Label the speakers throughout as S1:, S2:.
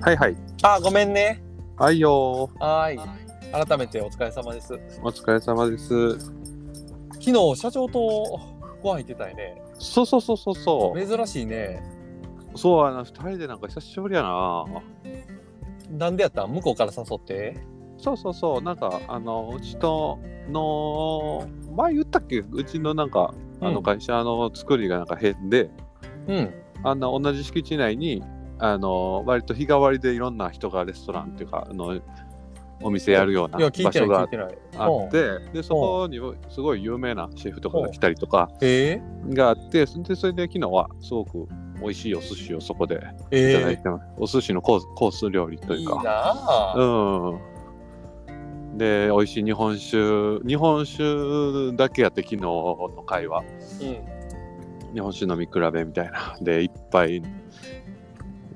S1: はいはい。
S2: あ、ごめんね。
S1: はいよ
S2: はーい。改めてお疲れ様です。
S1: ー。お疲れ様です。
S2: 昨日社長とご飯行ってたよね。
S1: そうそうそうそうそ
S2: 珍しいね。
S1: う。そうやな、二人でなんか久しぶりやな。
S2: なんでやったん向こうから誘って。
S1: そうそうそう、なんか、あの、うちとの、前言ったっけうちのなんか、あ
S2: う
S1: の
S2: ん
S1: 会社の作りがなんか変で、
S2: うん。
S1: あんな同じ敷地内に、あの、割と日替わりでいろんな人がレストランっていうか、あの、お店やるようない
S2: や、
S1: 場
S2: 聞いてな
S1: 所
S2: い、聞
S1: が
S2: いてない。
S1: あって、で、そこにすごい有名なシェフとかが来たりとか、
S2: え
S1: があってそれでそれで昨日はすごく美味しいお寿司をそこで
S2: え
S1: い
S2: え
S1: ただい
S2: え
S1: てます、お寿司のコースコース料理と
S2: い
S1: い
S2: いう
S1: か
S2: なあ、
S1: うんで美味しい日本酒日本酒だけやって昨日の会は
S2: うん
S1: 日本酒飲み比べみたいなで一杯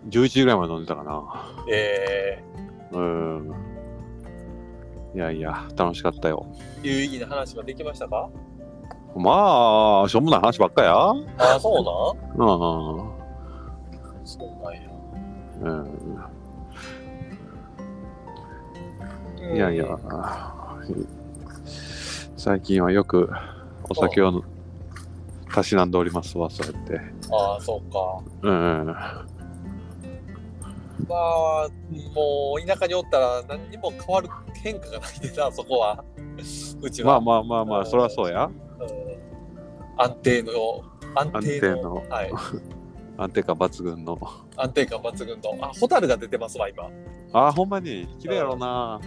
S1: 11時ぐらいまで飲んでたかな
S2: え
S1: うんいやいや楽しかったよ
S2: え有意義な話ができまし たか
S1: まあしょうもない話ばっかや
S2: あ、そうな
S1: うん
S2: んそうなんや。
S1: うんいやいや、最近はよくお酒をたしなんでおりますわ、そうやって。
S2: ああ、そうか。
S1: うん。
S2: まあ、もう田舎におったら何にも変わる変化がないでな、そこは。うち
S1: まあ
S2: は。
S1: まあまあまあ、そりゃそうや。
S2: うん安定の、安定の。
S1: 安定の
S2: はい。
S1: 安定感抜群の。
S2: 安定感抜群の。あ、ホタルが出てますわ、今。
S1: あー、ほんまに、綺麗やろな。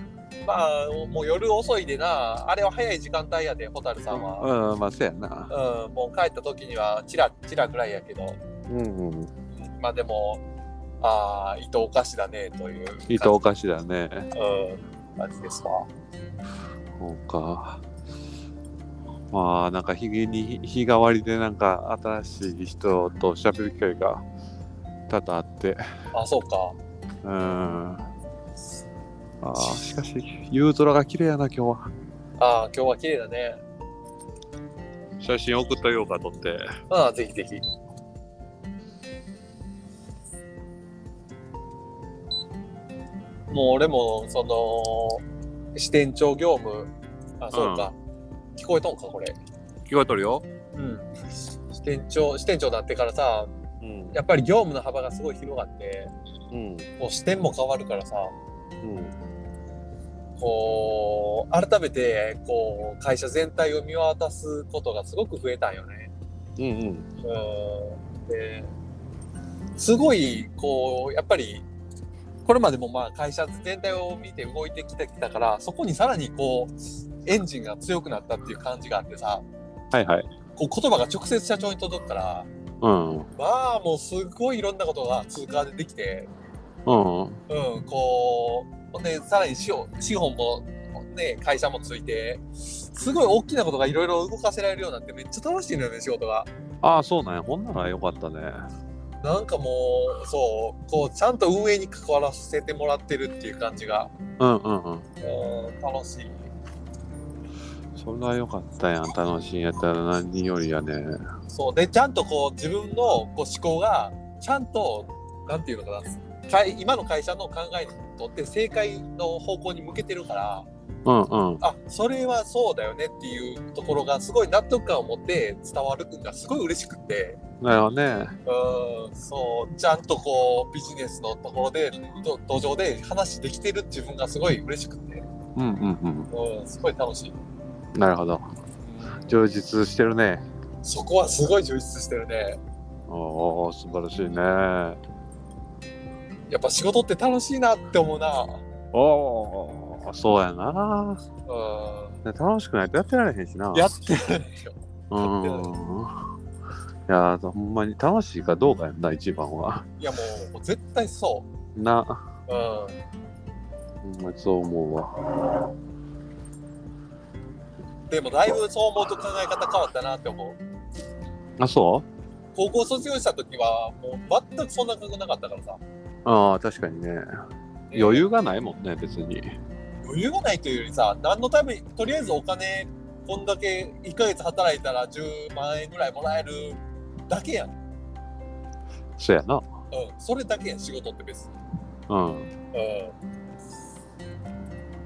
S2: まあ、もう夜遅いでな、あれは早い時間帯やで、ホタルさんは。
S1: うん、まあ、そうやな。
S2: うん、もう帰った時には、チラチラぐらいやけど、
S1: うん、うん。
S2: まあでも、ああ、伊藤お菓子だね、という。
S1: いいとおかしだね。
S2: うん、感じですわ。
S1: そうか。まあ、なんか日に日替わりでなんか新しい人と喋る機会が多々あって。
S2: あ、そうか。
S1: うん。ああ、しかし、夕空が綺麗やな、今日は。
S2: ああ、今日は綺麗だね。
S1: 写真送ったようか、撮って。
S2: ああ、ぜひぜひ。もう俺も、その、支店長業務、あ、そうか。聞こえとんか、これ。
S1: 聞こえとるよ。
S2: うん。支店長、支店長になってからさ、
S1: うん。
S2: やっぱり業務の幅がすごい広がって、
S1: うん。
S2: こう視点も変わるからさ、
S1: うん。
S2: こう、改めて、こう、会社全体を見渡すことがすごく増えたんよね。
S1: うん。うん。
S2: うんですごいこうやっぱりこれまでもまあ会社全体を見て動いてきてきたからそこにさらにこうエンジンが強くなったっていう感じがあってさ
S1: はいはい。
S2: こう言葉が直接社長に届くから
S1: うん。うん。
S2: まあもうすごいいろんなことが通過でできて、うん、こうほんでさらに資本資本も、ね、会社もついてすごい大きなことがいろいろ動かせられるようになってめっちゃ楽しいのよね仕事が。
S1: ああ、そうなんや。ほんならよかったね。
S2: なんかもう、そう、こう、ちゃんと運営に関わらせてもらってるっていう感じが、
S1: うんうんうん。
S2: うん、楽しい。
S1: それはよかったやん。楽しいんやったら何よりやね。
S2: そう、で、ちゃんとこう、自分のこう思考が、ちゃんと、なんていうのかな、かい今の会社の考えにとって正解の方向に向けてるから、
S1: うんうん。
S2: あ、それはそうだよねっていうところが、すごい納得感を持って伝わるのがすごい嬉しくって、
S1: なるほどね。
S2: うん、そう、ちゃんとこう、ビジネスのところで、ど土壌で話できてる自分がすごい嬉しくって。
S1: うんうん
S2: うん、すごい楽しい。
S1: うん。なるほど。充実してるね。
S2: そこはすごい充実してるね。
S1: おお、素晴らしいね。
S2: やっぱ仕事って楽しいなって思うな。
S1: おお、そうやな。
S2: う
S1: 楽しくないとやってられへんしな。
S2: ん。やってるでしょ。
S1: うん。いやー、ほんまに楽しいかどうかやんな、一番は。
S2: いやもうもう絶対そ
S1: な、
S2: う。うん。
S1: ほんまにそう思うわ。
S2: でもだいぶそう思うと考え方変わったなって思う。
S1: あ、そ
S2: 高校卒業した時はもう全くそんな感覚なかったからさ。
S1: うああ、確かにね。余裕がないもんね、別に。
S2: 余裕がないというよりさ、何のために、とりあえずお金、こんだけ1ヶ月働いたら10万円ぐらいもらえるだけやん。うん。
S1: そうやな。
S2: それだけやん、仕事って別に。
S1: うん、
S2: う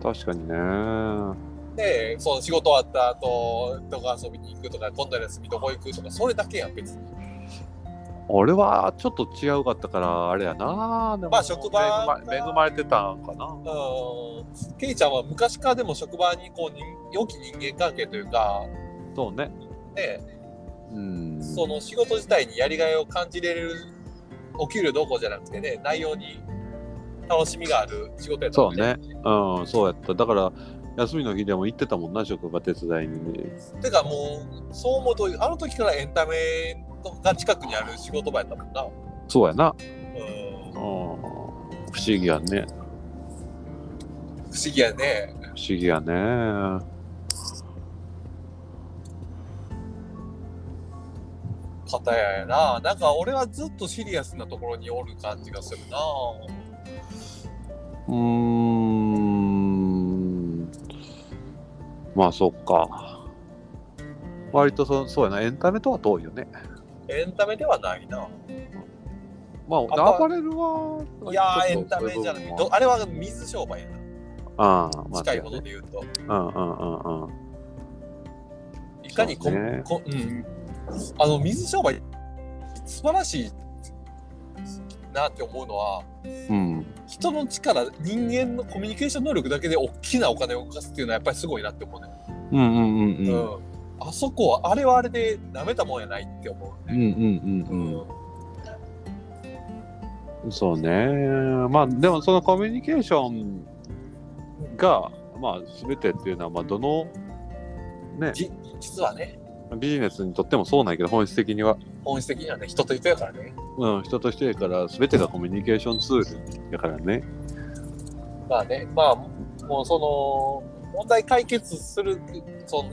S1: 確かにね。うん
S2: ん。で、その仕事終わった後、どこ遊びに行くとか、今度の休みどこ行くとか、それだけやん、別に。
S1: 俺はちょっと違うかったから、あれやな。でも
S2: まあ職場
S1: 恵まれ恵まれてたんかな。
S2: うん。ケイちゃんは昔からでも職場にこう人、良き人間関係というか、
S1: そうね。
S2: ね、
S1: うん。
S2: その仕事自体にやりがいを感じれるお給料どうこうじゃなくてね内容に楽しみがある仕事やったもん
S1: うん、そうやった。だから、休みの日でも行ってたもんな、職場手伝いに。
S2: てかもうそう思うとあの時からエンタメが近くにある仕事場やったもんな
S1: そうやな。
S2: う
S1: う
S2: ん
S1: ん。
S2: 不
S1: 不思議やね。
S2: 思議やね
S1: 不思議やね。
S2: 方ややななんか俺はずっとシリアスなところにおる感じがするな
S1: うーん。まあ、そっか。割とそそうやな、エンタメとは遠いよね。
S2: エンタメではないな
S1: まあ、
S2: あ
S1: アパレルは。
S2: いやーエンタメじゃないど
S1: あ
S2: あれは水商売やな
S1: あー、まあ、
S2: 近いも
S1: そう
S2: の
S1: やね
S2: で言うと
S1: うんうんうんうん。
S2: いかにこ、
S1: そうね
S2: こうん、あの水商売素晴らしいなって思うのは
S1: うん。
S2: 人の力人間のコミュニケーション能力だけで大きなお金を動かすっていうのはやっぱりすごいなって思うね、
S1: うんうんう
S2: う
S1: う
S2: ん
S1: ん。
S2: んあそこはあれはあれで舐めたもんやないって思う
S1: う
S2: ね、
S1: んうんうんうん。そうね。まあでもそのコミュニケーションが、まあ、全てっていうのは、まあ、どの、ね、
S2: じ実はね
S1: ビジネスにとってもそうなんやけど本質的には、
S2: 本質的にはね人と人やからね
S1: うん、人としてやから全てがコミュニケーションツールやからね。
S2: まあねまあもうその問題解決するその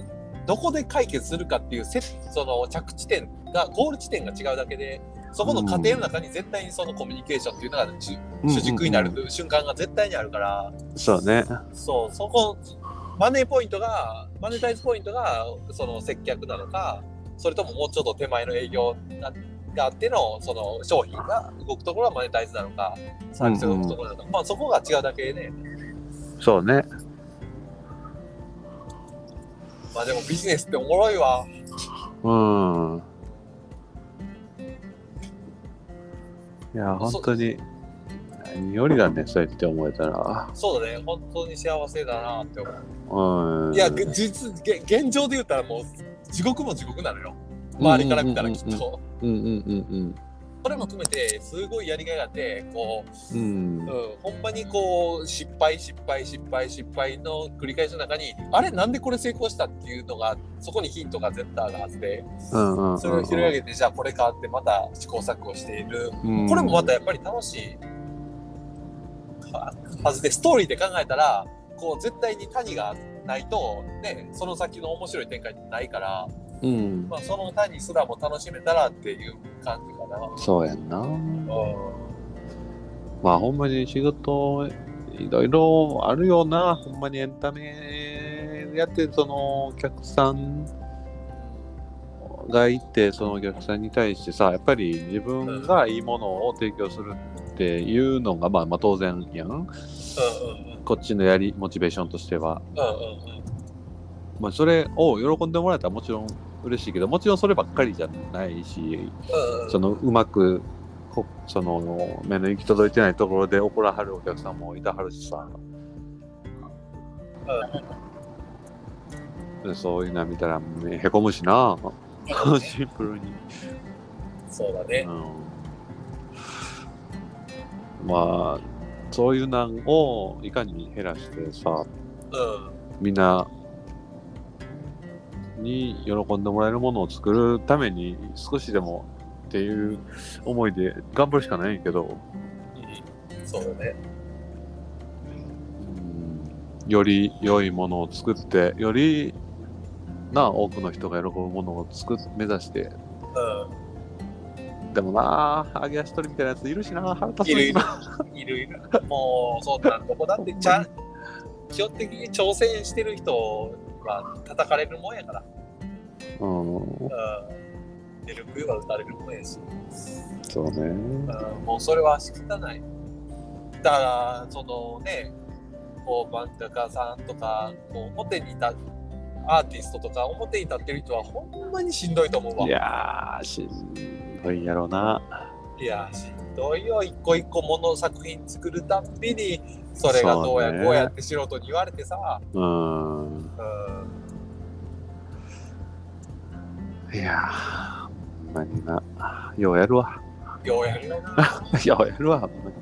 S2: どこで解決するかっていうせその着地点がゴール地点が違うだけでそこの過程の中に絶対にそのコミュニケーションっていうのが主主軸にな
S1: うんうん
S2: る瞬間が絶対にあるから
S1: うんそうね。
S2: そうそこマネーポイントがマネタイズポイントがその接客なのかそれとももうちょっと手前の営業ががあってのその商品が動くところはマネタイズなのかサービスが動くところなのか、まあ、そこが違うだけでね
S1: そうね。
S2: まあでもビジネスっておもろいわ。
S1: うん。いや、本当に何よりだね、そうやって思えたら。
S2: そうだね、本当に幸せだなって思
S1: う
S2: う。
S1: ん。
S2: いや、げ実、げ現状で言ったらもう、地獄も地獄なのよ。周りから見たらきっと。
S1: うんうんうん
S2: それも含めて、すごいやりがいがあって、こ
S1: うん。うん
S2: う、うん、ほんまにこう、失敗、失敗、失敗、失敗の繰り返しの中に、あれ、なんでこれ成功したっていうのが、そこにヒントが絶対あるはずで、
S1: うんうんうんうん
S2: それを拾い上げて、じゃあこれかって、また試行錯誤している
S1: うん
S2: これもまたやっぱり楽しいははずでストーリーで考えたらこう絶対に谷がないと、ね、その先の面白い展開ってないから、
S1: うん
S2: まあ、その谷すらも楽しめたらっていう感じかな。
S1: そうやんな
S2: う
S1: まあほんまに仕事いろいろあるよなほんまにエンタメやってそのお客さんがいてそのお客さんに対してさやっぱり自分がいいものを提供するっていうのがまあまあ当然やん
S2: んうんうん
S1: こっちのやりモチベーションとしては
S2: うんうんうん
S1: まあそれを喜んでもらえたらもちろん嬉しいけどもちろんそればっかりじゃないし
S2: うん
S1: そのうまくこその目の行き届いてないところで怒らはるお客さんもいたはるしさ、でそういうの見たら、ね、へこむしなシンプルに、
S2: そうだね
S1: う。ん、まあそういうなんをいかに減らしてさ
S2: うん
S1: みんなに喜んでもらえるものを作るために少しでもっていう思いで頑張るしかないけど、
S2: そうだね。
S1: うんより良いものを作ってよりな多くの人が喜ぶものを作っ目指して
S2: う
S1: でもなあ揚げ足取りみたいなやついるしな腹立つ
S2: いるいる
S1: な。
S2: いるいる。もう、そんなとこだって、ちゃん基本的に挑戦してる人は叩かれるもんやから。
S1: うん
S2: うん出る杭は打たれるもんやし、
S1: そうね
S2: うんもうそれは仕方ない。だからそのねこう漫画家さんとかこう表にいたアーティストとか表に立ってる人はほんまにしんどいと思うわ
S1: いやーしんどいやろうない
S2: やしんどいよ一個一個もの作品作るたんびにそれがどうや
S1: そうね
S2: こうやって素人に言われてさ、
S1: うん
S2: うん、
S1: いやーほんまになようやるわ
S2: ようやるよな
S1: ようやるわほんまに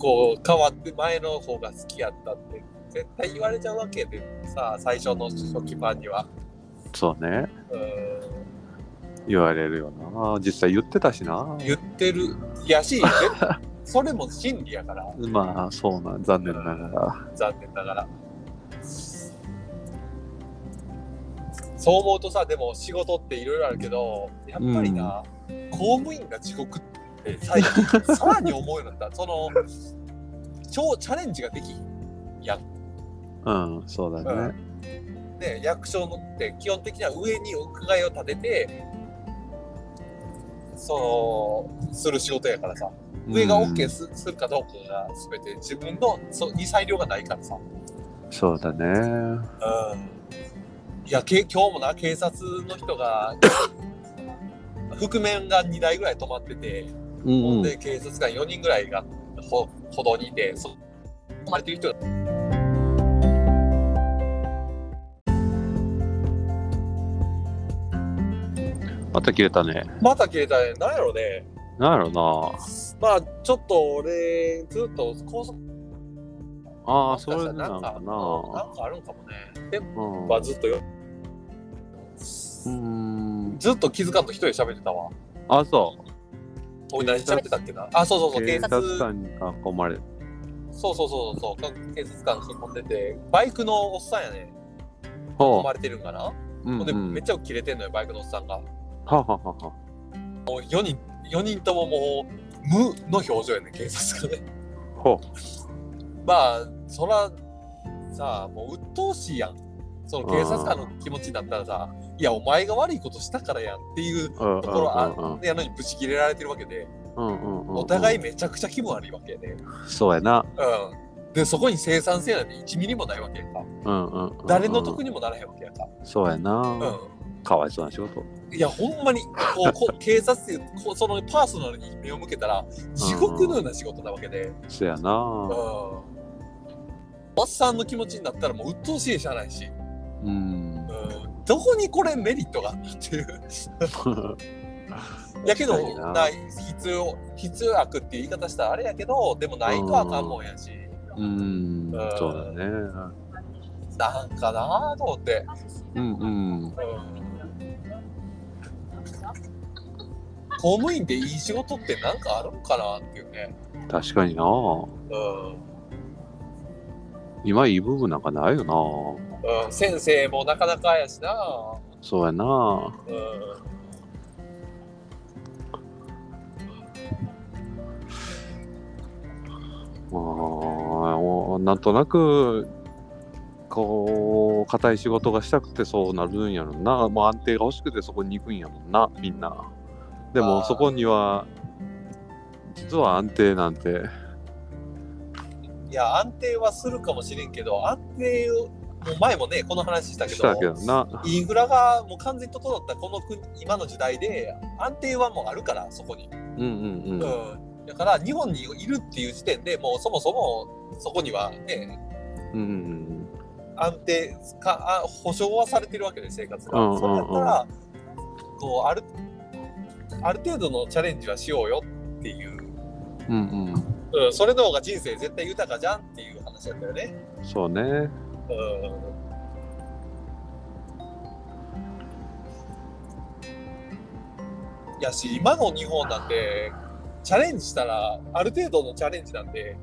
S2: こう変わって前の方が好きやったって絶対言われちゃうわけでさ最初の初期版には、
S1: そうね
S2: うん、
S1: 言われるよな実際言ってたしな
S2: 言ってるやしでそれも真理やから
S1: まあそうなん残念ながら
S2: 残念ながらそう思うとさでも仕事っていろいろあるけどやっぱりな、公務員が地獄って最近さらに思うようになったその超チャレンジができひん
S1: うんそうだね
S2: ね役所のって基本的には上に伺いを立ててそのする仕事やからさ上が OK す,、するかどうかが全て自分のそうに裁量がないからさ、
S1: うんそうだね
S2: うんいやけ今日もな警察の人が 覆面が2台ぐらい止まってて、
S1: う
S2: ほん
S1: ん、うん
S2: で警察官4人ぐらいがほ歩道にいてそ止まれてる人が
S1: また切れたね
S2: また消えたねなんやろね
S1: なんやろ
S2: まあちょっと俺ずっと高速
S1: なああ
S2: もし
S1: そ
S2: かし
S1: れ
S2: た
S1: で
S2: ら
S1: な
S2: な
S1: のか
S2: んかうんな
S1: なん
S2: かあるんかもねで
S1: うん
S2: まあずっとよ
S1: うん
S2: ずっと気づかんと一人で喋ってたわ
S1: あそ
S2: 俺何喋ってたっけなあそうそう
S1: う
S2: そう
S1: 警
S2: 警
S1: 察
S2: 察
S1: 官に囲まれる
S2: そうそうそうそうそう警察官囲んでてバイクのおっさんやね
S1: ほ
S2: 泊まれてるんかな、
S1: う、うんう
S2: ほんでめっ
S1: ん、
S2: ちゃ切れてんのよバイクのおっさんがも
S1: はははは
S2: う4人4人とももう無の表情やね警察官ね
S1: ほ
S2: まあそらさあもう鬱陶しいやんその警察官の気持ちになったらさいやお前が悪いことしたからやんってい
S1: う
S2: う
S1: うん
S2: ところあ
S1: うん
S2: やのにブチ切れられてるわけで
S1: うんうんうん
S2: お互いめちゃくちゃ気分悪いわけやね
S1: そうやな
S2: うんでそこに生産性なんて1ミリもないわけやんか
S1: うんうんうんうん
S2: 誰の得にもならへんわけやんか
S1: そうやな、
S2: うん
S1: かわいそうな仕事
S2: いや、ほんまに、こう、こう警察っていうこう、そのパーソナルに目を向けたら、地獄のような仕事なわけで、
S1: そやな
S2: うん。おっさんの気持ちになったらもう鬱陶しいじゃないし、
S1: うん
S2: うん。どこにこれメリットがあるっ ていう。やけ
S1: 確かに
S2: ど、
S1: な
S2: ない、必要、必要悪っていう言い方したらあれやけど、でもないとあかんもんやし、
S1: うん
S2: うん
S1: そうだね
S2: なんかなぁと思って、
S1: うんうん
S2: うん。公務員でいい仕事ってなんかあるんかなっていうね。
S1: 確かにな
S2: うん。
S1: 今いい部分なんかないよな
S2: うん、先生もなかなかやしな、
S1: そうやな
S2: うん、
S1: まあおなんとなくこう硬い仕事がしたくてそうなるんやろなもう安定が欲しくてそこに行くんやもんなみんなで
S2: あ
S1: も
S2: ー
S1: そこには実は安定なんて
S2: いや安定はするかもしれんけど安定をもう前もねこの話したけ
S1: した
S2: ど
S1: けどな
S2: インフラがもう完全に整ったこの国今の時代で安定はもうあるからそこに、
S1: うんうん
S2: う
S1: うん
S2: ん、だから日本にいるっていう時点でもうそもそもそこにはね
S1: うんうん
S2: 安定かあ保障はされてるわけで生活が、
S1: うんうんうん
S2: それだったらこうあるある程度のチャレンジはしようよっていう
S1: うんうんうん
S2: うん、それの方が人生絶対豊かじゃんっていう話だったよね。
S1: そうね
S2: うんやし今の日本なんてチャレンジしたらある程度のチャレンジなんで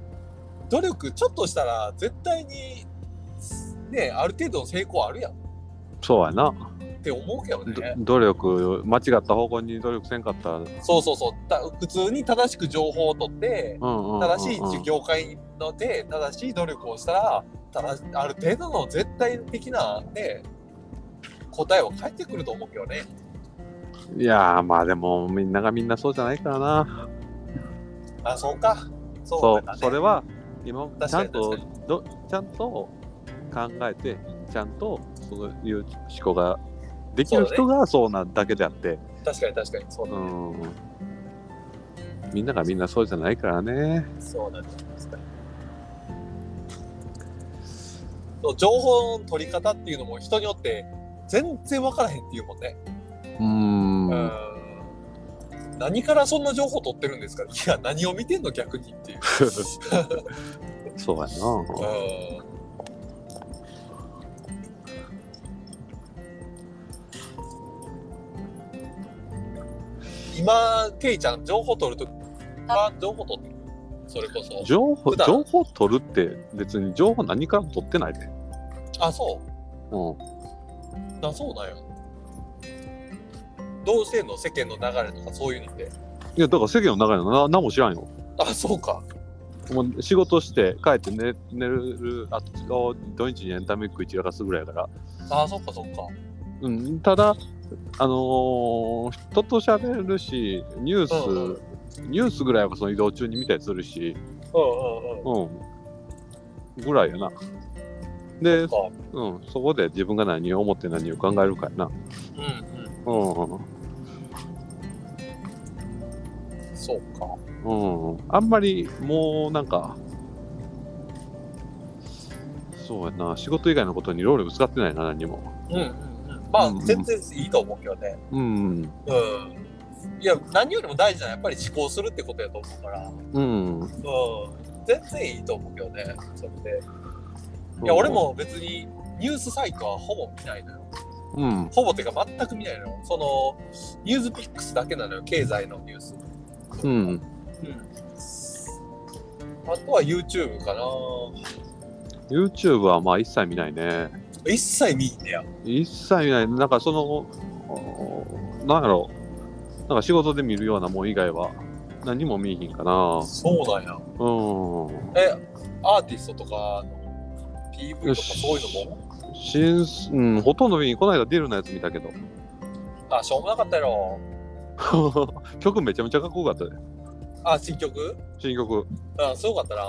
S2: 努力ちょっとしたら絶対にねある程度の成功あるやんっ
S1: そうやな
S2: て思うけど
S1: ど
S2: ね
S1: 努力間違った方向に努力せんかったら、うん
S2: そうそうそうだ普通に正しく情報を取って
S1: うんうんうん
S2: 正しい業界ので正しい努力をしたらただある程度の絶対的な、ね、答えは返ってくると思うけどね
S1: いやーまあでもみんながみんなそうじゃないからな
S2: まあそうか。そう
S1: そ
S2: だ
S1: う
S2: ね
S1: それは今
S2: 確
S1: ちゃ
S2: かに
S1: んと
S2: 確か
S1: どちゃんと考えてちゃんとそういう思考ができる人がそうなだけであって
S2: 確かに確かにそう
S1: う,、
S2: だね。
S1: んみんながみんなそうじゃないからね
S2: そうだね。確かにそう情報の取り方っていうのも人によって全然分からへんっていうもんね。
S1: うん
S2: うーん何からそんな情報取ってるんですかいや、何を見てんの逆にっていう。
S1: そうや
S2: う
S1: な
S2: ーん今、ケイちゃん、情報取るとき、あ情報取ってるそれこそ。
S1: 情報
S2: 普段
S1: 情報取るって別に情報何からも取ってないで、
S2: あ、そう
S1: うん、
S2: な、そうなんや。どうしてんの世間の流れとかそういうのって。
S1: いやだから世間の流れのな何も知らんよ
S2: あ、そうか。
S1: もう仕事して帰って寝寝るあと土日にエンタメ食い散らかすぐらいやから
S2: あ、そっかそっか。
S1: うん、ただ、あのー人と喋るし、ニュース、
S2: うんうん
S1: ニュースぐらいはその移動中に見たりするし、
S2: うんうんうん。
S1: うん、ぐらいやな。で、
S2: そっか
S1: うん、そこで自分が何を思って何を考えるかやな。
S2: うんうん。
S1: うん、
S2: そうか。
S1: うん、うん。あんまりもうなんか、そうやな、仕事以外のことに労力使ってないな、何も。
S2: うんうんうん。まあ、
S1: うんうん
S2: 全然いいと思うけどね。
S1: うん、
S2: うん。いや、何よりも大事なのはやっぱり思考するってことやと思うから、うん。
S1: うん。
S2: 全然いいと思うけどね、それで。いや、俺、も別にニュースサイトはほぼ見ないのよ。
S1: うん、
S2: ほぼっていうか全く見ないのよ。その、ニュースピックスだけなのよ、経済のニュース。
S1: うん。
S2: うん。あとは YouTube かな
S1: YouTube はまあ一切見ないね。
S2: 一切見んねや。
S1: 一切見ない。なんかその、おなんやろう。なんか仕事で見るようなもん以外は何も見えひんかな。
S2: そうなんや。
S1: うん。
S2: え、アーティストとかの PV とかそういうのも
S1: 新すうん、ほとんど見にこの間ディルのやつ見たけど。
S2: あ、しょうもなかったやろ。
S1: 曲めちゃめちゃかっこよかったで。
S2: あ、新曲
S1: 新曲。
S2: あ、すごかったな。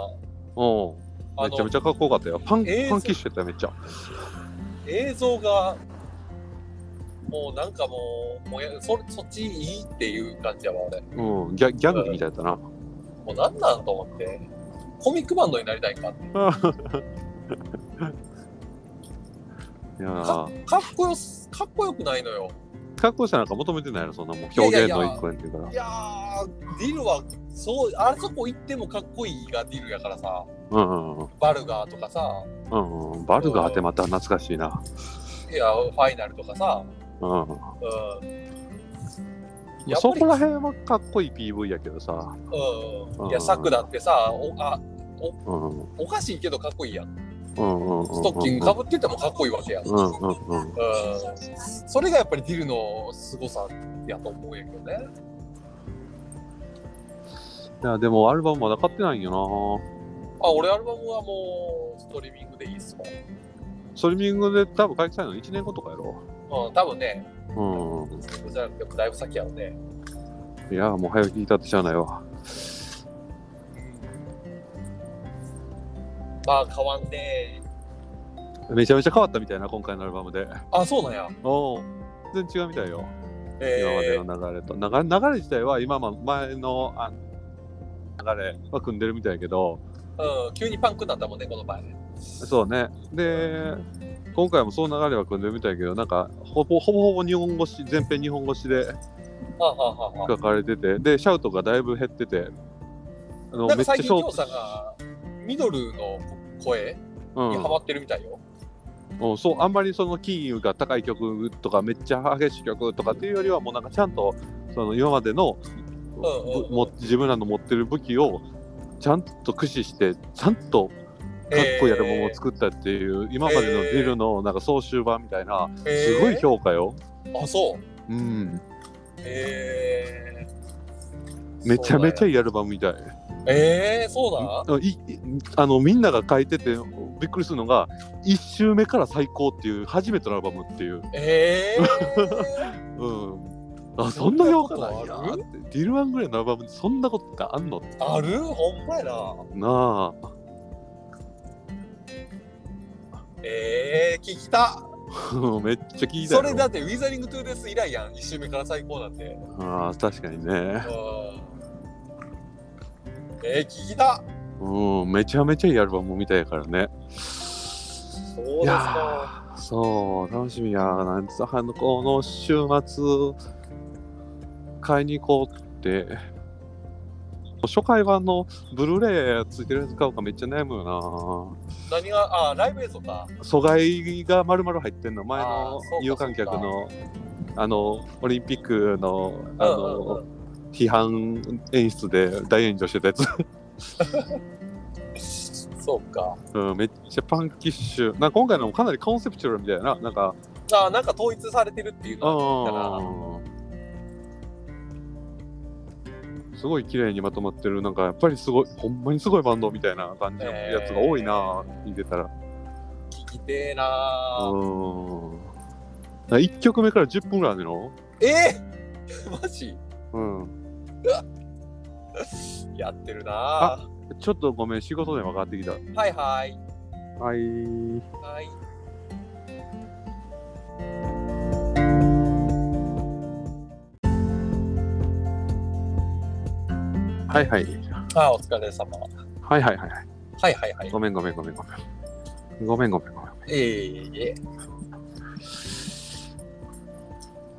S1: う
S2: あ
S1: ん。めちゃめ
S2: の、
S1: ちゃかっこよかったよ。パン、
S2: 映像
S1: パンキッシュやったよ、めっちゃ。
S2: 映像が、もうなんかもう、もうやそそっちいいっていう感じやわ、俺。
S1: うん。ギャギャグみたいだな。
S2: もうなんなんと思って。コミックバンドになりたいんかって。
S1: いやー
S2: かっこよす、かっこよくないのよ。
S1: かっこよさなんか求めてないの、そんなもん。
S2: やい
S1: 表
S2: やい
S1: 現
S2: や
S1: の一個やってるから
S2: い。やー、ディルは、そう、あそこ行ってもかっこいいがディルやからさ、
S1: うんうんうん。
S2: バルガーとかさ、
S1: うんうん。バルガーってまた懐かしいな。
S2: いや、ファイナルとかさ、
S1: うん。
S2: うん。
S1: まあそこら辺はかっこいい PV やけどさ、
S2: うん。いや、サクだってさ、おあ
S1: うん、うん
S2: おかしいけどかっこいいやん。
S1: うんうん
S2: ストッキングかぶっててもかっこいいわけやん。
S1: うんうんうん
S2: うんそれがやっぱりディルの凄さやと思うんやけどね。
S1: いやでもアルバムまだ買ってないんよ
S2: あ、俺アルバムはもうストリーミングでいいっすもん。
S1: なストリーミングで多分解禁されるの1年後とかやろ
S2: うん、多分ね、
S1: う
S2: そうじゃなくてもだいぶ先やろね。
S1: んいやもう早く聞いたってしゃあないわ
S2: まあ変わんね
S1: めちゃめちゃ変わったみたいな今回のアルバムで
S2: あ、そうなんや。
S1: お全然違うみたいよ、今ま
S2: え
S1: での流れと流れ流れ自体は今ま前のあ流れは組んでるみたいやけど
S2: ーうん、急にパンクになったもんね、この前。
S1: そうねで今回もその流れは組んでるみたいやけどなんかほぼほぼほぼ日本語し全編日本語詞で
S2: はあ、はあはあは
S1: 書かれててでシャウトがだいぶ減っててあ
S2: あ、
S1: の
S2: なん
S1: め
S2: か
S1: っちゃシ
S2: 最近、
S1: ョ
S2: きょ
S1: ー
S2: うさんがミドルの声
S1: うん
S2: にハマってるみたいよ。
S1: うんそうあんまりそのキーが高い曲とかめっちゃ激しい曲とかっていうよりはもうなんかちゃんとその今までの、
S2: うんうんうん
S1: ぶも自分らの持ってる武器をちゃんと駆使してちゃんとかっこいいアルバムを作ったっていう、今までのディルのなんか総集版みたいな、
S2: えー
S1: すごい評価よ、
S2: あ、そう。
S1: うん、
S2: えー、
S1: めちゃめちゃ
S2: いい。
S1: いいアルバムみたい
S2: えー、そうなん
S1: うんいいあのみんなが書いててびっくりするのが1周 目から最高っていう初めてのアルバムっていう、
S2: えー、
S1: うん、あそんな評価なんやってディル・ワンぐらいのアルバムでそんなことってあんの
S2: あるほんまやな。
S1: なあ
S2: えー、聞きた。
S1: めっちゃ聞いたよ
S2: それだって、ウィザリング・トゥ・デス以来やん。1周目から最高なんて。うん。
S1: あー確かにね
S2: えー、聞きた。
S1: うんめちゃめちゃいいアルバムみたいやからねい
S2: そうです
S1: や
S2: か。
S1: ーそう楽しみやなんつあのこの週末買いに行こうって初回版のブルーレイついてるやつ買うかめっちゃ悩むよ
S2: 何が、あ、ライブ映像か。
S1: な疎外が丸々入ってんの前
S2: あー
S1: の
S2: そうか
S1: 有観客
S2: そ
S1: のあのオリンピックのあ
S2: うんうん
S1: の、批判演出で大炎上してたやつ
S2: そうか。
S1: うん、めっちゃパンキッシュ。なんか今回のもかなりコンセプチュアルみたいな。なんか、
S2: あ、なんか統一されてるっていう
S1: う
S2: のが聞いたな。
S1: ん。すごい綺麗にまとまってる。なんかやっぱりすごい、ほんまにすごいバンドみたいな感じのやつが多いな、見てたら。
S2: 聞きてえなー。
S1: うん。1曲目から10分ぐらいあるの
S2: えー、 マジ
S1: うん。
S2: やってるなー。
S1: ちょっとごめん、仕事で分かってきた。
S2: はいはい。
S1: はい。
S2: はい。
S1: はいはい。
S2: あ、お疲れ様。
S1: はいはいはいはい。
S2: はいはいはい。
S1: ごめんごめんごめんごめん。ごめんごめんごめん。
S2: えええ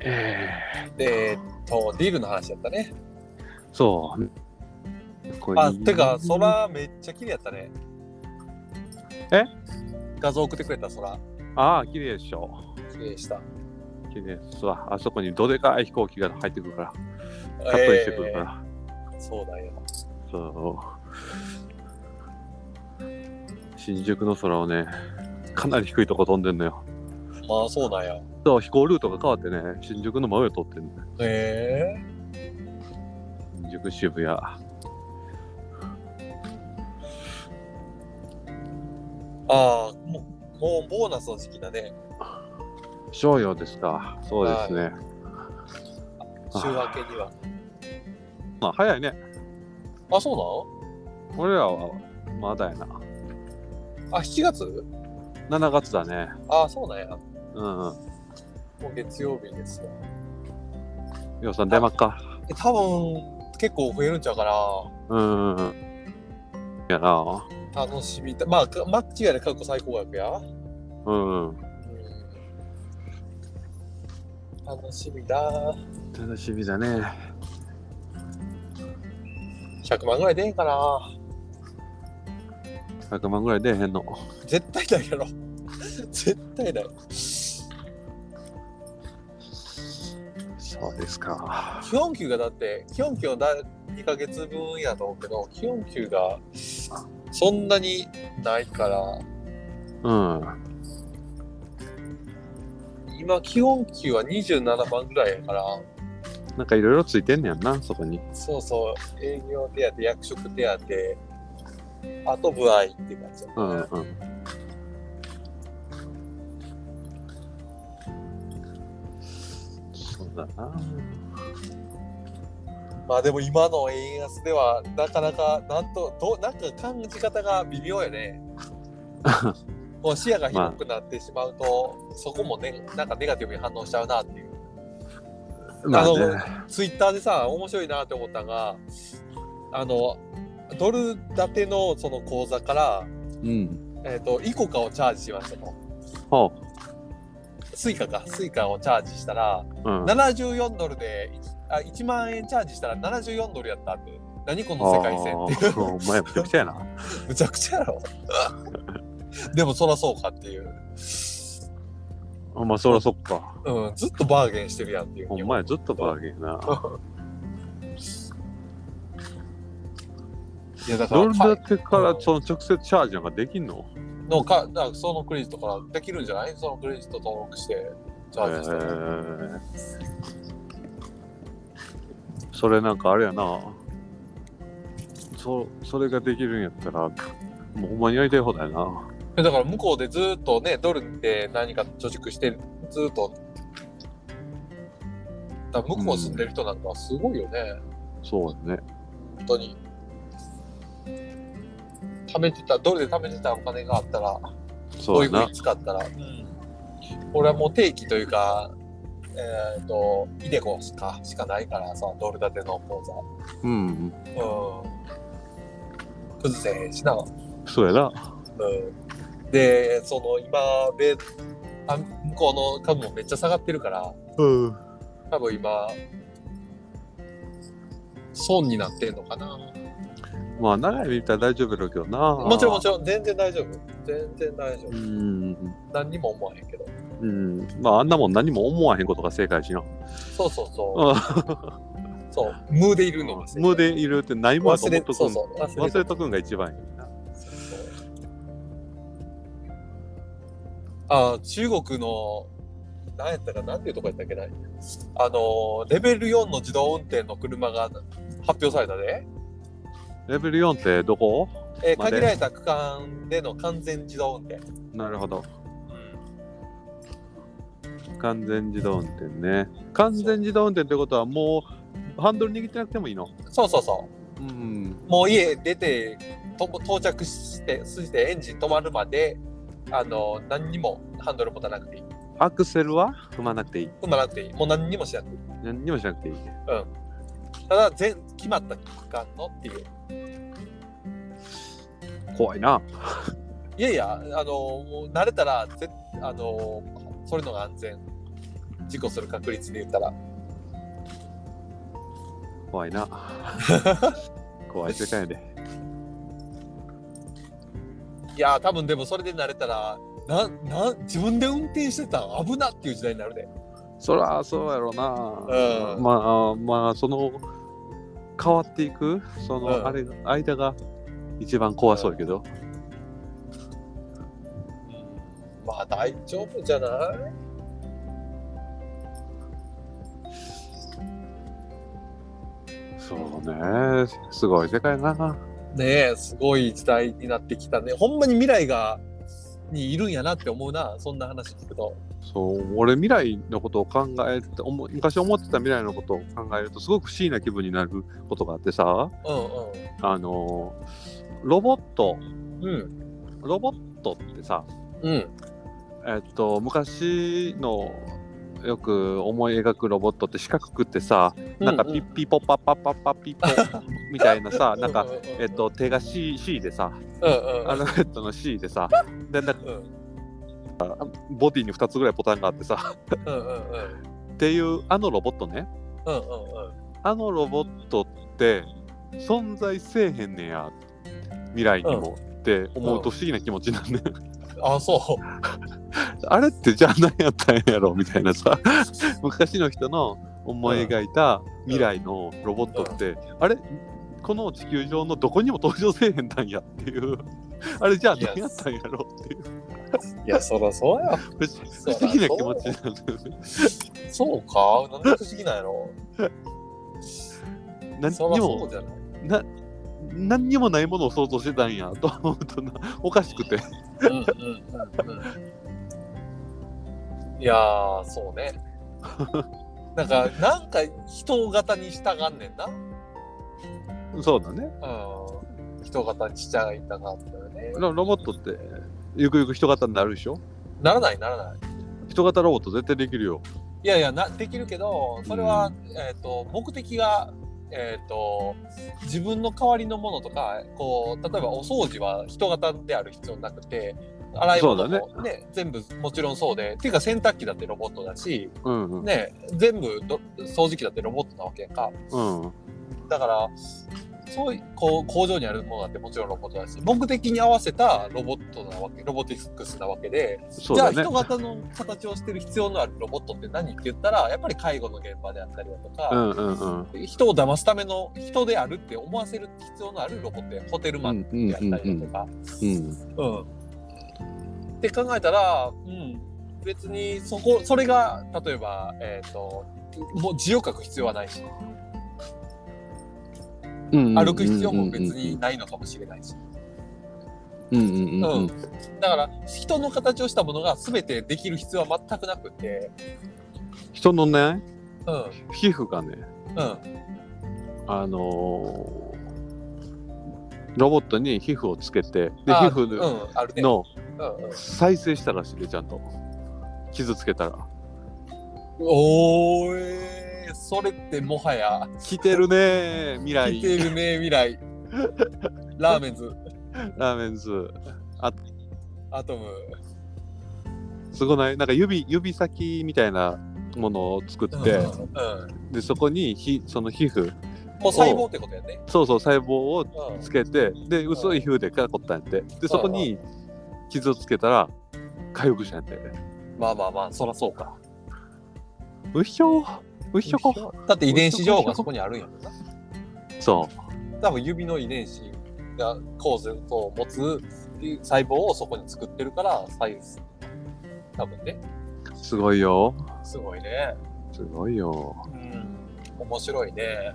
S1: え
S2: えで、えっと、ディールの話やったね。
S1: ー、そう。これ
S2: あ、てか、空めっちゃ綺麗やったね。
S1: え
S2: 画像送ってくれた空。
S1: ああ、綺麗でしょ。
S2: 綺麗でした。
S1: 綺麗ですわ。あそこにどでかい飛行機が入ってくるから、カットインしてくるか
S2: え
S1: ら。
S2: えそうだよ。
S1: そう。新宿の空をね、かなり低いとこ飛んでんのよ。
S2: まあ、そうなんや。
S1: そう、飛行ルートが変わってね、新宿の真上を通ってんのよ。
S2: へえ
S1: 新宿渋谷。
S2: ああ、もう、もうボーナスの時期だね。
S1: 商用ですか。そうですね。
S2: 週明けには。
S1: まあ、早いね。
S2: あ、そう
S1: 俺らはまだやな。
S2: なのあ、7月
S1: 7月だね。
S2: ああ、そうなんや。
S1: うんうん。
S2: もう月曜日ですよ。
S1: ようさん、出まっか。
S2: え、多分、結構増えるんちゃうかな。
S1: うんうんうん。やな。
S2: 楽しみた。まあ、かマッチやで過去最高額や。
S1: うんうん。
S2: うん楽しみだ。
S1: 楽しみだね。
S2: 100万ぐらい出へんかな。
S1: 100万ぐらい出えへんの。
S2: 絶対ないやろ。絶対ない。
S1: そうですか。
S2: 基本給がだって、基本給のだ2ヶ月分やと思うけど、基本給がそんなにないから、
S1: うん。
S2: 今、基本給は27万ぐらいやから、
S1: なんかいろいろついてんねやんな、そこに。
S2: そうそう、営業手当、役職手当、あと部合って感じや
S1: うんうん
S2: な。。
S1: そうだな。
S2: まあでも今の円安では、なかなか、なんと、どうなんか感じ方が微妙やね。もう視野が広くなってしまうと、そこもね、なんかネガティブに反応しちゃうなっていう。
S1: まあね。
S2: ツイッターでさ、面白いなって思ったのが、あの、ドル建てのその口座から、
S1: うん。
S2: えっ、と、イコカをチャージしましたと。
S1: ほ
S2: スイカか、スイカをチャージしたら、
S1: う。うん。
S2: 74ドルで、あ1万円チャージしたら74ドルやったって。何この世界線っていう。
S1: あーお前めちゃくちゃやな。
S2: むちゃくちゃやろ。 でもそらそうかっていう。
S1: ほんまそらそっか。
S2: うん、ずっとバーゲンしてるやんっていう。
S1: ほんまやずっとバーゲンな。
S2: いやだから
S1: どれだ
S2: か
S1: けからその直接チャージなんかできんの
S2: のか、だからそのクレジットからできるんじゃないそのクレジット登録して、チャージして、
S1: えーそれなんかあれやなそそれができるんやったらもうほんまにやりたい方だよな
S2: えだから向こうでずっとね、ドルで何か貯蓄して、ずっと多分向こうに住んでる人なんかはすごいよね、
S1: そうだね。
S2: 本当に。貯めてた、どれで貯めてたお金があったら、
S1: そ
S2: 保
S1: うや
S2: 育
S1: な
S2: に。使ったら、うん俺はもう定期というか、えっ、と、イデコしか、しかないからさ、ドル建ての口座。
S1: うん。
S2: うん。崩せへんしな。
S1: そうやな。
S2: うん。で、その今、米、あ向こうの株もめっちゃ下がってるから、
S1: うん。
S2: 多分今、損になってんのかな。
S1: まあ、長い目見たら大丈夫だけどな。
S2: もちろんもち
S1: ろん。
S2: ろん、全然大丈夫。全然大丈夫
S1: う。ん。
S2: 何にも思わへんけど。
S1: うん。まあ、あんなもん何も思わへんことが正解しな。
S2: そうそうそう。そう。無でいるのも
S1: 無でいるって何もあると
S2: 忘
S1: 思
S2: れ
S1: っとくん
S2: そうそう忘れ
S1: 忘れとくんが一番いいな。
S2: あー中国の何やったかなんていうとこやったっけなあのーレベル4の自動運転の車が発表されたで、
S1: レベル4ってどこ
S2: えー
S1: まあね
S2: 限られた区間での完全自動運転、
S1: なるほど。完全自動運転ね。完全自動運転ってことはもうハンドル握ってなくてもいいの
S2: そうそうそ
S1: うん。
S2: うもう家出てと到着してそしてエンジン止まるまであのー何にもハンドル持たなくていい
S1: アクセルは踏まなくていい。
S2: 踏まなくていいもう何にもしなくていい
S1: 何にもしなくていい。
S2: ただ全決まった区間のっていう
S1: 怖いな。
S2: いやいや、あのもう慣れたらぜ、あのそれのが安全。事故する確率で言ったら。
S1: 怖い な。怖い世界やで。
S2: いやー、多分でもそれで慣れたら、な、な、自分で運転してたら危なっていう時代になるで。
S1: そらそうやろな、
S2: うん
S1: まあまあその変わっていくその、
S2: うん
S1: あれ間が一番怖そうやけど、
S2: まあ大丈夫じゃない
S1: そうねすごい世界やな
S2: ねえ、すごい時代になってきたね。ほんまに未来が、にいるんやなって思うな、そんな話聞くと。
S1: そう俺未来のことを考えて思う昔思ってた未来のことを考えるとすごく不思議な気分になることがあってさ
S2: う
S1: あのロボット
S2: んうん。うん。
S1: ロボットってさ
S2: うん。
S1: えっと昔のよく思い描くロボットって四角くってさ、なんか
S2: う
S1: ピッピポパパパパピ ポみたいなさ、なんか、、
S2: うう
S1: えっ、と、手が C, C でさ、
S2: うんうん。
S1: アルファベットの C でさ、でなんか
S2: うん
S1: ボディに2つぐらいボタンがあってさ、
S2: うんうんうん。
S1: っていうあのロボットね、
S2: うんうんうん。
S1: あのロボットって存在せえへんねや、未来にも。って思うと不思議な気持ちなんね、
S2: あ、そう。
S1: あれってじゃあ何やったんやろみたいなさ 昔の人の思い描いた未来のロボットって、あれこの地球上のどこにも登場せえへんだんやっていう あれじゃあ何やったんやろっていう
S2: いや、そらそう
S1: 不
S2: や。
S1: 思不思議な気持ちになる
S2: そうか。なんで不思議なんやろ。
S1: 何
S2: そら
S1: に
S2: そう
S1: も
S2: じゃない。
S1: な何にもないものを想像してたんやと思う となおかしくて
S2: うんうんうんうん。いやー、そうね。なんか、なんか人型に従んねんな。
S1: そうだね
S2: うん。人型に従いたかったよね。
S1: ロロボットってゆくゆく人型になるでしょ
S2: ならない、ならない。
S1: 人型ロボット絶対できるよ
S2: いやいや、なできるけど、それは、えっ、と、目的が、えっ、と、自分の代わりのものとか、こう、例えばお掃除は人型である必要なくて、洗い物
S1: そ
S2: もね全部もちろんそうで、っていうか洗濯機だってロボットだし、
S1: うんうん
S2: ね、全部ど掃除機だってロボットなわけやんか。
S1: うん
S2: だから、そういう、こう、工場にあるものだってもちろんロボットだし、目的に合わせたロボットなわけ、ロボティクスなわけで、
S1: そう
S2: じゃあ
S1: だね
S2: 人型の形をしてる必要のあるロボットって何って言ったらやっぱり介護の現場であったりだと
S1: う
S2: か、
S1: んうんうん
S2: 人を騙すための人であるって思わせる必要のあるロボットやホテルマンであったりだとか、
S1: うん
S2: うんって考えたら、うん、別にそこそれが例えば、えー、ともう字を書く必要はないし歩く必要も別にないのかもしれないし、
S1: うんうんうんうん
S2: だから人の形をしたものが全てできる必要は全くなくて。
S1: 人のね
S2: うん
S1: 皮膚がね、
S2: うん
S1: あのーロボットに皮膚をつけて、で、皮
S2: あ
S1: 膚の
S2: うんあるね
S1: の
S2: うんうん
S1: 再生したらしいで、ちゃんと。傷つけたら。
S2: おーえーそれってもはや
S1: 来てるねー、未来、
S2: 来てるね未 来ラーメンズ
S1: ラーメンズ。
S2: アトム
S1: すごないなんか指、指先みたいなものを作って、
S2: うんうん
S1: で、そこにひ、その皮膚、
S2: もう細胞ってことやね
S1: そうそう、細胞を
S2: うん
S1: つけて、で、薄い皮膚で囲ったんやって。で、そこに傷をつけたら、回復したんやって。
S2: まあまあまあそらそうか
S1: うひょー、うひょこ。
S2: だって遺伝子情報がそこにあるんやもんな
S1: そ
S2: 多分指の遺伝子が構成を持つ細胞をそこに作ってるからサイズ多分ね
S1: う、すごいよ。
S2: すごいね
S1: すごいよ。
S2: うん面白いね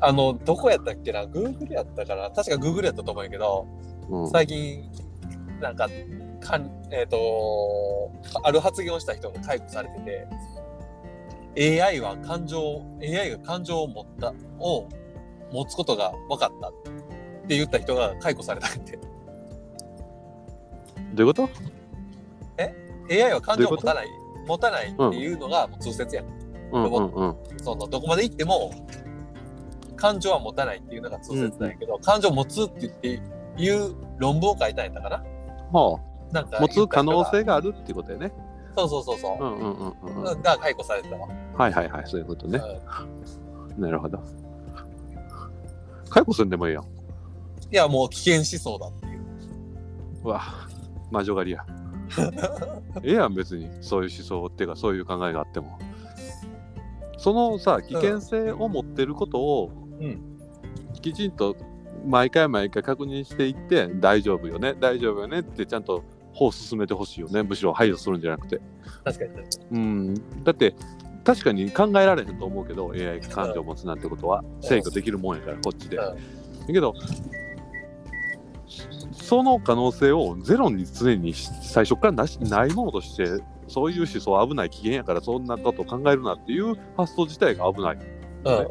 S2: あのどこやったっけな Google やったから確か Google やったと思うんやけど
S1: うん。
S2: 最近なんかかんえっ、とある発言をした人が解雇されてて AI は感情を AI が感情を持ったを持つことが分かったって言った人が解雇されたって
S1: どういうこと
S2: AI は感情を持たない持たないっていうのがもう通説やん、
S1: うんうんうん。
S2: そのどこまで行っても感情は持たないっていうのが通説なんやけど、感情を持つって言っていう論文を書いたんやったかな
S1: は
S2: なんか
S1: あ、持つ可能
S2: 言った人が
S1: 性があるってことだよね。
S2: そうそうそうそう
S1: う、んうんうんうん。は
S2: が解雇されてたわ。
S1: いはいはい、そういうことね。
S2: う
S1: なるほど。解雇すんでもいいやん。
S2: んいや、もう危険思想だっていう。
S1: うわ、魔女狩 りや。ええやん、別に。そういう思想っていうか、そういう考えがあっても。そのさ、危険性を持ってることを、
S2: うん
S1: きちんと毎回毎回確認していって、大丈夫よね、大丈夫よねって、ちゃんと方を進めてほしいよね。むしろ排除するんじゃなくて。
S2: 確かに。
S1: うん、だって確かに考えられへんと思うけど AI が感情を持つなんてことは制御できるもんやからこっちで。
S2: う
S1: だ
S2: ん
S1: けどその可能性をゼロに常にし最初からなしないものとしてそういう思想危ない危険やからそんなこと考えるなっていう発想自体が危ない。
S2: うんうんうん。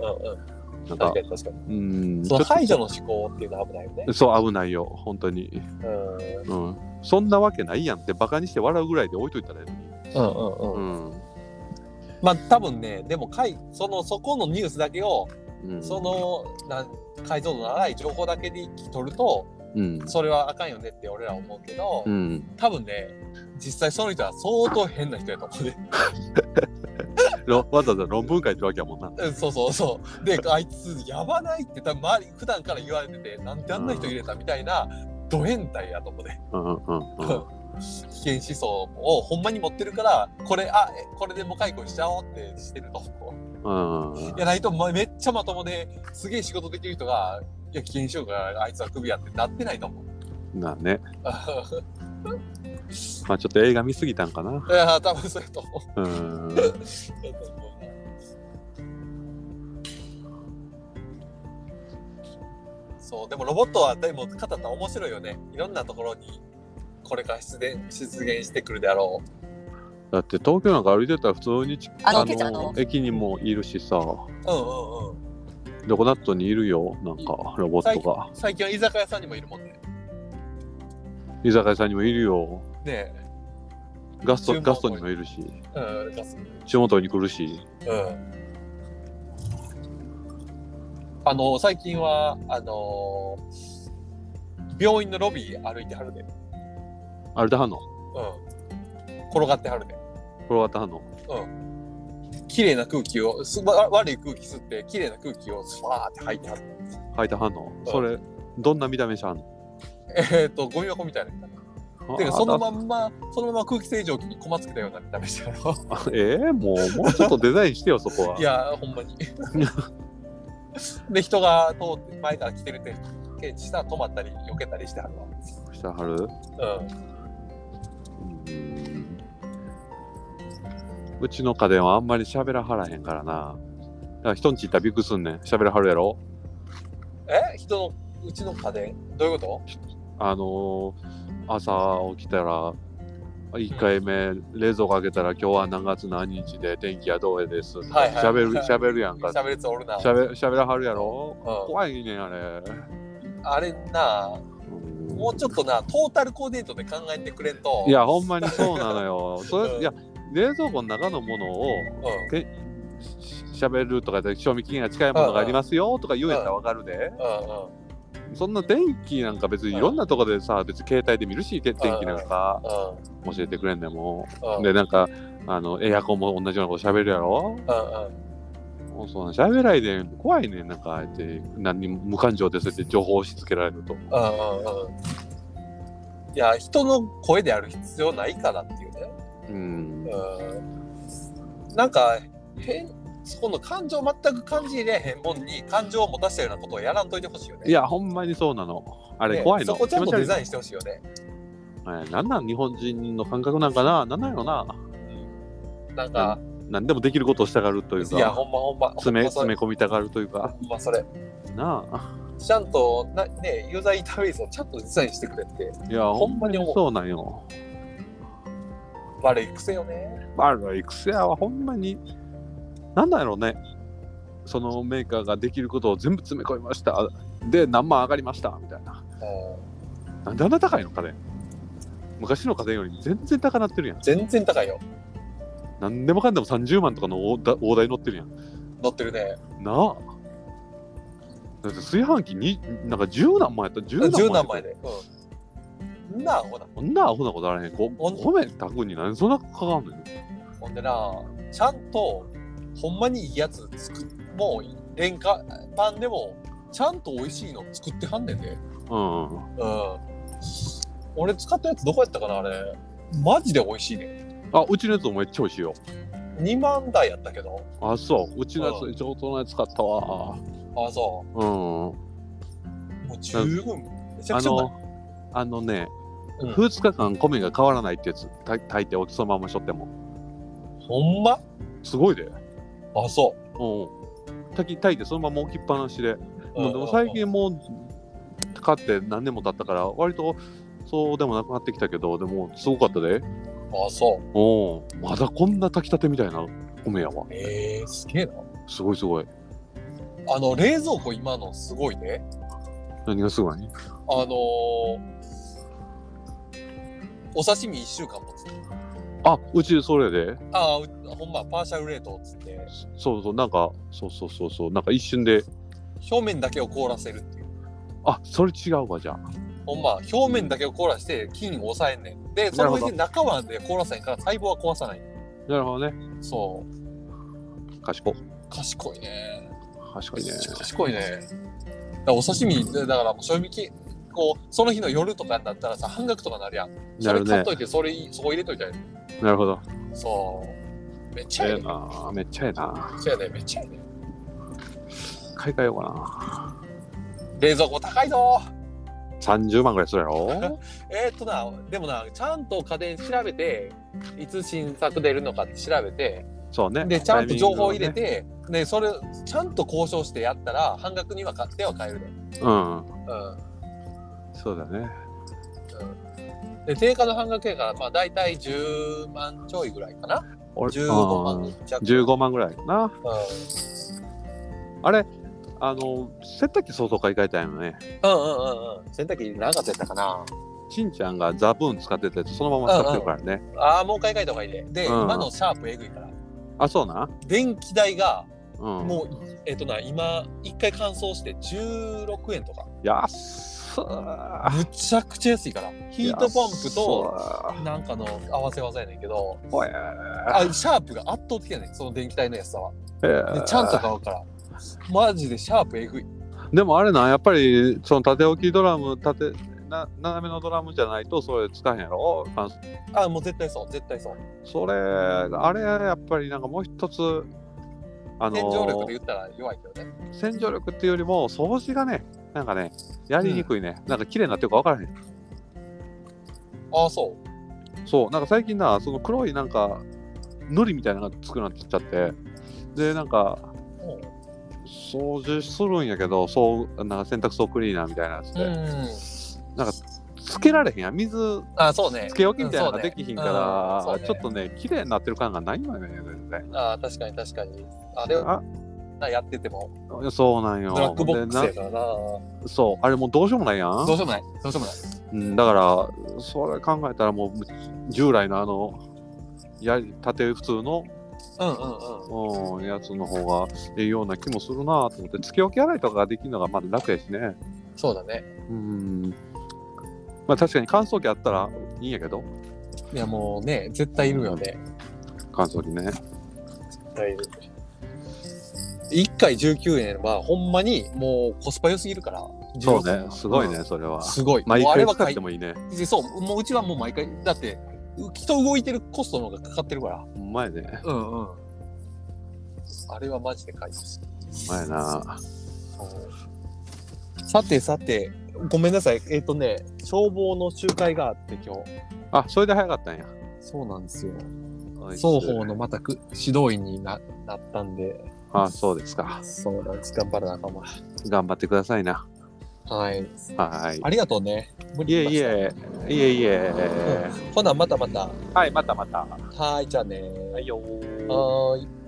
S1: なんか
S2: 確かに確かに。
S1: うん
S2: そ
S1: ち
S2: の
S1: ょっ
S2: 排除の思考っていうのは危ないよね
S1: と。そう危ないよ本当に、
S2: うん。うん
S1: うん。そんなわけないやんってバカにして笑うぐらいで置いといたらいいのに。
S2: うん
S1: う
S2: うん。
S1: ん
S2: まあ多分ね、でも解、その、そこのニュースだけを、
S1: うん
S2: その、なん解像度の荒い情報だけで聞き取ると、
S1: うん
S2: それはあかんよねって俺ら思うけど
S1: う、ん
S2: 多分ね、実際その人は相当変な人やと思うね。
S1: ろわざわざ論文書いてるわけやもんな。
S2: うんそうそうそう。で、あいつ、やばないって、多分周り、普段から言われてて、なんであんな人入れたみたいな、ド変態やと思うね。
S1: うんうんうん
S2: 危険思想をほんまに持ってるから、これ、あ、えこれでもう解雇しちゃおうってしてると。
S1: うんうん
S2: いや、ないと、まめっちゃまともで、すげえ仕事できる人が、いや、危険しようから、あいつはクビやってなってないと思う。
S1: なあね、 まあ、ちょっと映画見すぎたんかな。
S2: いや、多分そうやと思
S1: う
S2: う。
S1: ん、
S2: そうやと思うなそう、でもロボットは、でも、語ったら面白いよね。いろんなところに、これから出現出現してくるであろ
S1: だって東京なんか歩いてたら普通にち
S3: あの
S1: あ
S3: けちゃんの
S1: の駅にもいるしさ、
S2: う。うんうんうん。
S1: どこだっとにいるよ、なんかロボットが。
S2: 最近は居酒屋さんにもいるもんね。
S1: 居酒屋さんにもいるよ、
S2: ね
S1: ガス
S2: 注
S1: ト
S2: 文
S1: ガストにもいるし、
S2: え。うん、ガス
S1: 地元に来るし。
S2: うん。あの、最近は、あのー病院のロビー歩いてはるで。うん。
S1: あれだはんの
S2: 転がってはるで。
S1: これはだはんの
S2: 綺麗な空気を、すわ悪い空気吸って、綺麗な空気をスワーって吐いて はる。
S1: 履いたはんのそれ、どんな見た目しはんの
S2: えっ、と、ゴミ箱みたいな見た目。てか、そのまんま、そのまま空気清浄機にこまつけたような見た目してる。
S1: あえー、もう、もうちょっとデザインしてよ、そこは。
S2: いや、ほんまに。で、人が通って、前から来てるって、検知したら止まったり、避けたりしてはるわ。
S1: してはる
S2: うん。
S1: うんうちの家電はあんまり喋らはらへんからな。だから人んち行ったらびっくりすんねん。喋らはるやろ
S2: え人のうちの家電どういうこと
S1: あのー朝起きたら、 1回目、冷蔵庫開けたら今日は何月何日で天気はどうですとか
S2: はいはい
S1: 喋る喋るやんか
S2: 喋るやつおるな。
S1: 喋喋らはるやろ
S2: う
S1: 怖いねんあれ、
S2: ん、あれな、
S1: うん
S2: もうちょっとな、トータルコーディネートで考えてくれんと。
S1: い、やほんまにそうなのよそれ、
S2: うん
S1: いや冷蔵庫の中のものを
S2: う
S1: けししゃべるとかで賞味期限が近いものがありますよとか言うんやったらわかるで、
S2: ん、うん、うん。
S1: そんな電気なんか別にいろんなとこでさ、別に携帯で見るして電気なんか
S2: うん
S1: 教えてくれんでも、
S2: うん
S1: でなんかあのエアコンも同じようなこと喋るやろ
S2: うんうん
S1: もうそんな喋らいで怖いねんなんかあえて何にも無感情でそうやって情報を押し付けられると
S2: うんうんうんいや人の声である必要ないからっていうね、
S1: うん
S2: うん、なんか変そこの感情全く感じ入れへんもんに感情を持たしたようなことをやらんといてほしいよね
S1: いやほんまにそうなのあれ
S2: ね
S1: 怖いの、
S2: そこちゃんと
S1: 気持ち
S2: デ
S1: 悪
S2: ザ
S1: い
S2: インしてほしいよね
S1: えなんなん日本人の感覚なんかななんなんやろな
S2: なんか
S1: 何でもできることをしたがるという
S2: いやほ
S1: か
S2: んまほんま
S1: 詰め
S2: ほん
S1: 詰
S2: ま
S1: め込みたがるという
S2: それ
S1: か
S2: ほんまそれ
S1: なあ
S2: ちゃんとなねユーザーインターフェースをちゃんとデザインしてくれって
S1: いや、
S2: ほ
S1: ほ
S2: ん
S1: ん
S2: ま
S1: ま
S2: に
S1: に
S2: 思う
S1: そうなんよ。
S2: 悪い癖よね
S1: あるエクセアはほんまに、なんだろうね。そのメーカーができることを全部詰め込みました。で、何万上がりましたみたいな。な
S2: うん
S1: んであんな高いの家電昔の家電より全然高なってるやん。
S2: 全然高いよ
S1: 何でもかんでも30万とかの大台大台乗ってるやん。
S2: 乗ってるね
S1: なあ。だって炊飯器に、なんか10何万やった十何万
S2: 10何枚で、うん、なあほら
S1: こんなアホなことあらへん。ご
S2: ほん
S1: 米炊くに何でそんなかかんのよ。
S2: ほんでなちゃんとほんまにいいやつ作っもう廉価パンでもちゃんと美味しいの作ってはんねんで、
S1: うんうん。
S2: うん、俺使ったやつどこやったかなあれマジで美味しいね
S1: あ、うちのやつもめっちゃ美味しいよ。
S2: 2万台やったけど
S1: あ、そう。うちのや
S2: う
S1: つ、上等なやつ買ったわ。
S2: ああそ
S1: うん。
S2: うもう十分めちゃ
S1: あ
S2: くちゃうまい
S1: の、あのね、
S2: うん
S1: 2日間米が変わらないってやつ、た炊いておそのまましとっても。
S2: ほんます
S1: ごいで。うん。
S2: あそ
S1: 炊き炊いてそのまま置きっぱなしで。
S2: う、
S1: もうでも最近もう、買って何年も経ったから、割とそうでもなくなってきたけど、でもすごかったで。
S2: あそう
S1: おまだこんな炊きたてみたいな米やわ。
S2: ええー、すげえな
S1: すごいすごい。
S2: あの冷蔵庫今のすごいね
S1: 何がすごい
S2: あのー、お刺身1週間もつ
S1: あ、うちそれで。
S2: ああうほんまパーシャル冷凍っつって
S1: そうそう、なんか、そうそうそうそう、なんか一瞬で、
S2: 表面だけを凍らせるっていう
S1: あ、それ違うわ、じゃあ。
S2: ほんま表面だけを凍らして菌を抑えんねんでそ
S1: なる
S2: の
S1: ほど
S2: 上で中はで凍らせんから細胞は壊さない
S1: なるほどね。
S2: そう
S1: 賢い。
S2: 賢いね
S1: 賢いね。
S2: 賢いねだからお刺身だからもう賞味期こうその日の夜とかになったらさ半額とかなるやんそ
S1: な
S2: れ
S1: る
S2: 買
S1: ね
S2: っ。といてそれそこ入れといたらいい
S1: なるほど。
S2: そうめっちゃ
S1: え
S2: え
S1: え
S2: えな
S1: な。めっちゃええな。
S2: そうやねめっちゃええね
S1: 買い替えようか
S2: 冷蔵庫高いぞー
S1: な。30万ぐらいするやろ
S2: えーっとな、でもな、ちゃんと家電調べて、いつ新作出るのかって調べて、
S1: そうね。
S2: で、ちゃんと情報を
S1: タイ
S2: 入
S1: ミン
S2: れ
S1: グをね。
S2: て、ね、それ、ちゃんと交渉してやったら、半額には買っては買えるで。
S1: うん。
S2: う
S1: そうだね。
S2: ん。で、定価の半額やから、まあ、大体10万ちょいぐらいかな。
S1: 俺
S2: 15万
S1: うん
S2: 弱。
S1: 15万ぐらいかな。
S2: うん。
S1: あれ、あの、洗濯機相当買い替えたんよね。
S2: うんうんうんうん。洗濯機長かったやったかな。
S1: ちんちゃんがザブーン使ってたやつ、そのまま使ってるからね。
S2: ああ、もう買い替えた方がいいで。で、
S1: うん
S2: 今のシャープえぐいから。
S1: あ、そうな。
S2: 電気代が、
S1: うん。
S2: もう、えーっとな、今、一回乾燥して16円とか。
S1: 安っ。
S2: むちゃくちゃ安いからヒートポンプと
S1: 安っ、
S2: なんかの合わせ技やねんけど
S1: おい
S2: あシャープが圧倒的やねんその電気代の安さは
S1: えー
S2: でちゃんと買うからマジでシャープえぐい
S1: でもあれな、やっぱりその縦置きドラム、縦な斜めのドラムじゃないとそれ使えへんやろ。あ
S2: あもう絶対そう絶対そう
S1: それ、あれやっぱりなんかもう一つ、あの
S2: 洗浄力で言ったら弱いけどね
S1: 洗浄力っていうよりも掃除がね、なんかね、やりにくいね。なんか綺麗になってるか分からへん。
S2: ああそう
S1: そう、なんか最近な、その黒いなんか、のりみたいなのがつくようになってきちゃって、で、なんか、掃除するんやけど、そうなんか洗濯槽クリーナーみたいなやつ
S2: う
S1: で、
S2: ん
S1: なんかつけられへんやん水
S2: あそうね
S1: つけ置きみたいなのが
S2: うんそ
S1: で
S2: うね
S1: きひん
S2: うんそ
S1: か
S2: う
S1: ら、
S2: ね
S1: ちょっとね綺麗になってる感がないわよね全然
S2: あ確かに確かにあれを
S1: あ
S2: なやってても
S1: そうなんよ
S2: ブラックボックスや
S1: で
S2: からなど
S1: なそうあれもうどうしようもないやん
S2: うしようもないどうしようもない
S1: うん、だからそれ考えたらもう従来のあのやり縦普通の、
S2: うんうんうん
S1: うん、やつの方がいいような気もするなと思ってつけ置き洗いとかができるのがまだ楽やしね
S2: そうだね
S1: うんまあ確かに乾燥機あったらいいんやけど
S2: いやもうね絶対いるよね
S1: 乾燥機ね
S2: 絶対いる1回19円はほんまにもうコスパ良すぎるから
S1: そうねすごいね、
S2: うん
S1: それは
S2: すごい
S1: 毎
S2: もうあ
S1: 回
S2: れは
S1: 使っ
S2: 買い
S1: てもいいね
S2: でそう、もううちはもう毎回、だって、人動いてるコストの方がかかってるから。
S1: うまいね
S2: うんうん。あれはマジで買います。
S1: うまいな
S2: さてさて、ごめんなさい。えっ、とね、消防の集会があって今日。
S1: あそれで早かったんや
S2: そうなんですよ。双方
S1: の
S2: のまたく指導員にななったんで、
S1: あそうですか
S2: そうなんです。頑張らなあかんわ。
S1: 頑張ってくださいな
S2: はい。
S1: はい
S2: ありがとうね。無
S1: いえい
S2: え。
S1: えいえいえ
S2: ほな、またまた。
S1: はいまたまた
S2: はい、じゃあね。
S1: はいよー
S2: はーい。